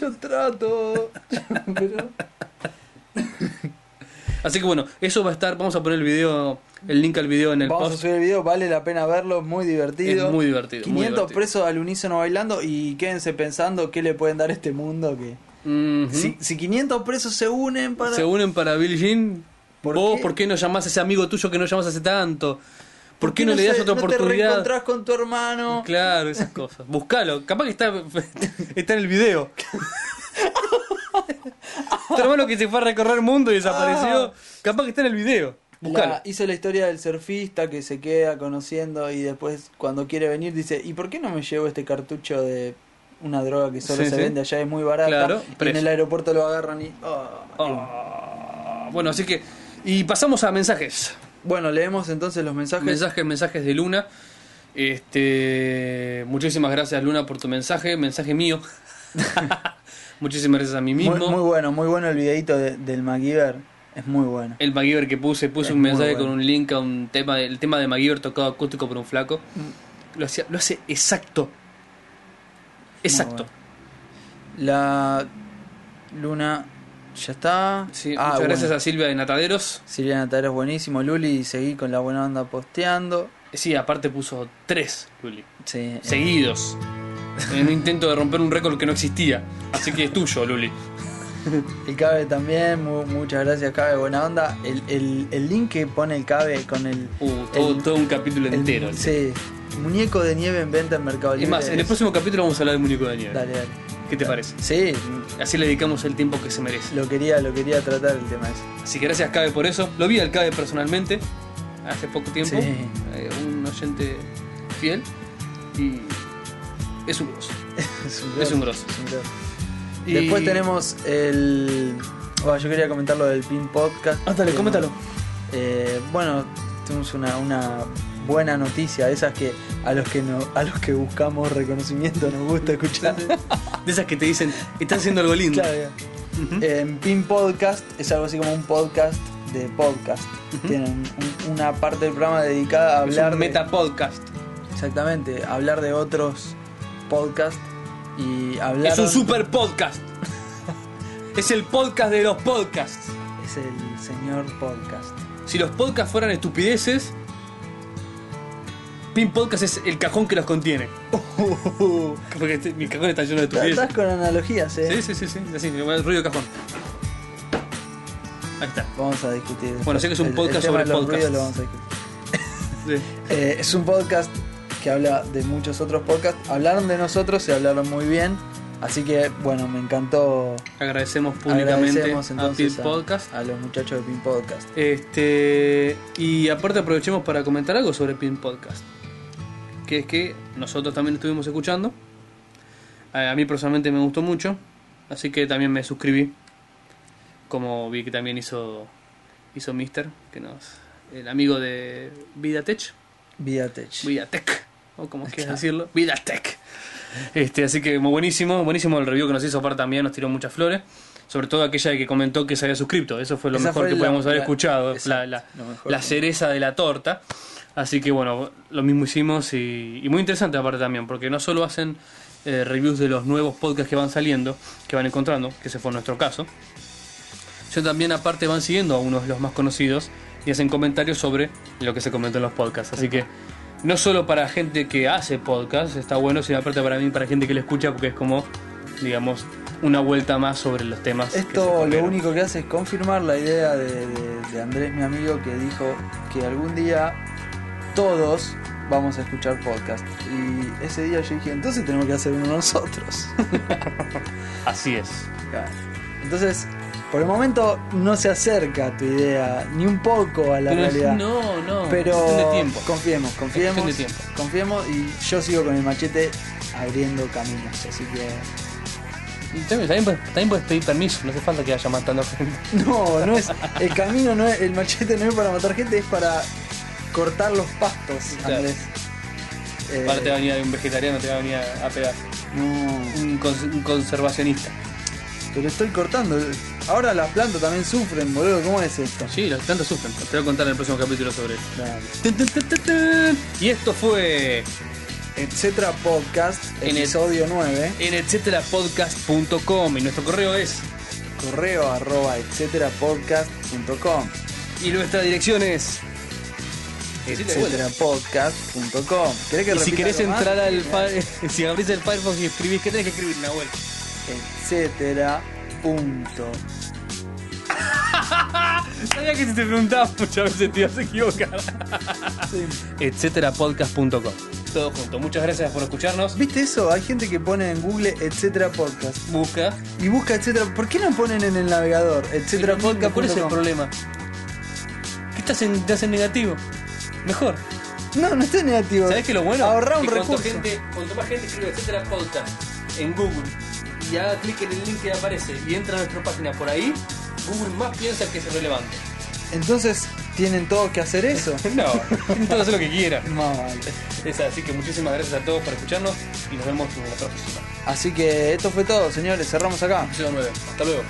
Yo trato. pero-
Así que bueno, eso va a estar. Vamos a poner el video, el link al video en el
Vamos a
post.
subir el video, vale la pena verlo, es muy divertido.
Es muy divertido, muy
500
divertido.
presos al unísono bailando y quédense pensando qué le pueden dar a este mundo que...
Ujú.
Si, si 500 presos se unen para...
Se unen para Bill Jean.
¿Por
vos,
qué?
¿por qué no llamás a ese amigo tuyo que no llamás hace tanto? ¿Por, qué no, le das
se-
otra
no te
oportunidad?
reencontrás con tu hermano?
Claro, esas cosas. Buscalo. Capaz que está, está en el video. tu hermano que se fue a recorrer el mundo y desapareció. Capaz que está en el video. Buscalo.
Ah. La- hizo la historia del surfista que se queda conociendo y después cuando quiere venir dice, ¿y por qué no me llevo este cartucho de una droga que solo
Sí,
se
sí.
vende allá, es muy barata?
Claro,
y en
preso.
el aeropuerto lo agarran y... ah,
Ah, bueno, así que. Y pasamos a mensajes.
Bueno, leemos entonces los mensajes.
Mensajes, mensajes de Luna. Este, muchísimas gracias Luna por tu mensaje, mensaje mío. muchísimas gracias a mí mismo.
Muy, muy bueno, muy bueno el videito de- del MacGyver. Es muy bueno.
El MacGyver que puse, puse
Es
un
muy
mensaje
bueno.
con un link a un tema, el tema de MacGyver tocado acústico por un flaco. Lo, hacía, lo hace exacto. Exacto.
bueno. La luna ya está.
Sí,
Ah,
muchas
bueno.
gracias a Silvia de Nataderos.
Silvia Nataro es buenísimo. Luli, seguí con la buena onda posteando.
eh, Sí, aparte puso tres, Juli,
Sí, eh,
seguidos. en un intento de romper un récord que no existía. Así que es tuyo, Luli.
El Cabe también, mu- muchas gracias Cabe, buena onda. El, el- el link que pone el Cabe con el...
Uh, todo,
el-
todo un capítulo
el-
entero.
sí, muñeco de nieve en venta en Mercado Libre.
Es más, en el
es-
próximo capítulo vamos a hablar de Muñeco de Nieve.
Dale, dale.
¿Qué te parece?
Sí,
Así le dedicamos el tiempo que se merece.
lo quería, lo quería tratar el tema ese.
Así que gracias Cabe por eso. Lo vi al Cabe personalmente hace poco tiempo.
Sí.
Eh, un oyente fiel. Y es un grosso.
Es
Es un grosso.
es un grosso.
Y-
Después tenemos el. Bueno, yo quería comentar lo del Pin Podcast.
Ah, dale,
Que,
coméntalo.
eh, bueno, tuvimos una, una buena noticia, de esas que a los que no, a los que buscamos reconocimiento nos gusta escuchar.
De esas que te dicen, están haciendo algo lindo.
Claro.
Ujú.
En Pin Podcast es algo así como un podcast de podcast. Tienen un- una parte del programa dedicada a
Es
hablar
un
de-
meta podcast.
exactamente, hablar de otros podcasts y hablar
Es un super podcast. es el podcast de los podcasts.
es el señor podcast.
Si los podcasts fueran estupideces, Pin Podcast es el cajón que los contiene. Porque este- mi cajón está lleno de estupideces.
Estás con analogías, eh.
Sí, sí, sí, sí, así, el ruido de cajón. Ahí está.
Vamos a discutir.
Bueno, sé que es un
El- el
podcast
tema
sobre
de los
podcasts.
ruidos lo vamos a discutir.
Sí.
Eh, es un podcast que habla de muchos otros podcasts. Hablaron de nosotros y hablaron muy bien. Así que, bueno, me encantó.
Agradecemos públicamente
Agradecemos
a Pin
entonces
Podcast.
a los muchachos de Pin Podcast.
Este, y aparte aprovechemos para comentar algo sobre Pin Podcast. Que es que nosotros también estuvimos escuchando. A a mí personalmente me gustó mucho. Así que también me suscribí. Como vi que también hizo, hizo Mister, que nos, el amigo de Vidatech.
Vidatech.
Vidatech, o como quieras
Claro.
decirlo, Vidatech. Este, así que muy buenísimo, buenísimo el review que nos hizo aparte también, nos tiró muchas flores, sobre todo aquella que comentó que se había suscrito, eso fue lo
Esa
mejor
fue
que
la-
podíamos haber
la-
escuchado,
exacto,
la, la,
lo mejor.
la cereza de la torta. Así que bueno, lo mismo hicimos y, y muy interesante aparte también, porque no solo hacen eh, reviews de los nuevos podcasts que van saliendo, que van encontrando, que ese fue nuestro caso, yo también aparte van siguiendo a unos de los más conocidos y hacen comentarios sobre lo que se comentó en los podcasts. Así que no solo para gente que hace podcasts está bueno, sino aparte para mí, para gente que lo escucha, porque es como, digamos, una vuelta más sobre los temas. que se
Esto lo
comieron.
único que hace es confirmar la idea de, de- de Andrés, mi amigo, que dijo que algún día todos vamos a escuchar podcast. Y ese día yo dije, entonces tenemos que hacer uno nosotros.
Así es.
Entonces, por el momento no se acerca tu idea ni un poco a la
Pero es-
realidad.
no, no,
pero
es cuestión de tiempo.
confiemos, confiemos,
Es cuestión de tiempo.
confiemos y yo sigo con el machete abriendo caminos, así que
Y También, también puedes- también puedes pedir permiso, no hace falta que haya matando gente.
no, no es el camino no es, el machete no es para matar gente, es para cortar los pastos,
Claro.
Andrés. Eh,
Ahora te va a venir un vegetariano, te va a venir a a pegar.
no,
Un, cons- un conservacionista.
pero estoy cortando. Ahora las plantas también sufren, boludo, ¿cómo es esto?
Sí, los tantos sufren. Te voy a contar en el próximo capítulo sobre eso.
Dale.
Tun, tun, tun, tun, tun. Y esto fue
Etcétera podcast,
En el-
episodio 9.
en etcéterapodcast.com y nuestro correo es
correo arroba etcétera podcast.com.
Y nuestra dirección es.
Etcétera podcast.com. ¿Querés que
Y si
repita
querés
algo más?
entrar al Fi- si abrís el Firefox y escribís, ¿qué tenés que escribir, Nahuel?
Etcétera. Punto.
Sabía que si te preguntabas muchas veces te ibas a equivocar. Etcétera podcast.com.
Todo junto. Muchas gracias por escucharnos.
¿Viste eso? Hay gente que pone en Google etcétera podcast.
Busca.
Y busca etcétera. ¿Por qué no ponen en el navegador etcétera
Pero,
podcast?
¿Cuál es el
punto com?
problema? ¿Qué estás en, estás en negativo? Mejor.
No, no está en negativo.
¿Sabés qué es lo bueno?
Ahorra un
Que cuanto
recurso.
gente- cuanto más gente escribe etcétera podcast en Google y haga clic en el link que aparece y entra a nuestra página por ahí, Google más piensa que es relevante.
Entonces, ¿tienen todos que hacer eso?
No, todo hace lo que quiera.
Más vale.
Es así que muchísimas gracias a todos por escucharnos y nos vemos en la próxima.
Así que esto fue todo, señores. Cerramos acá.
Episodio nueve. Hasta luego.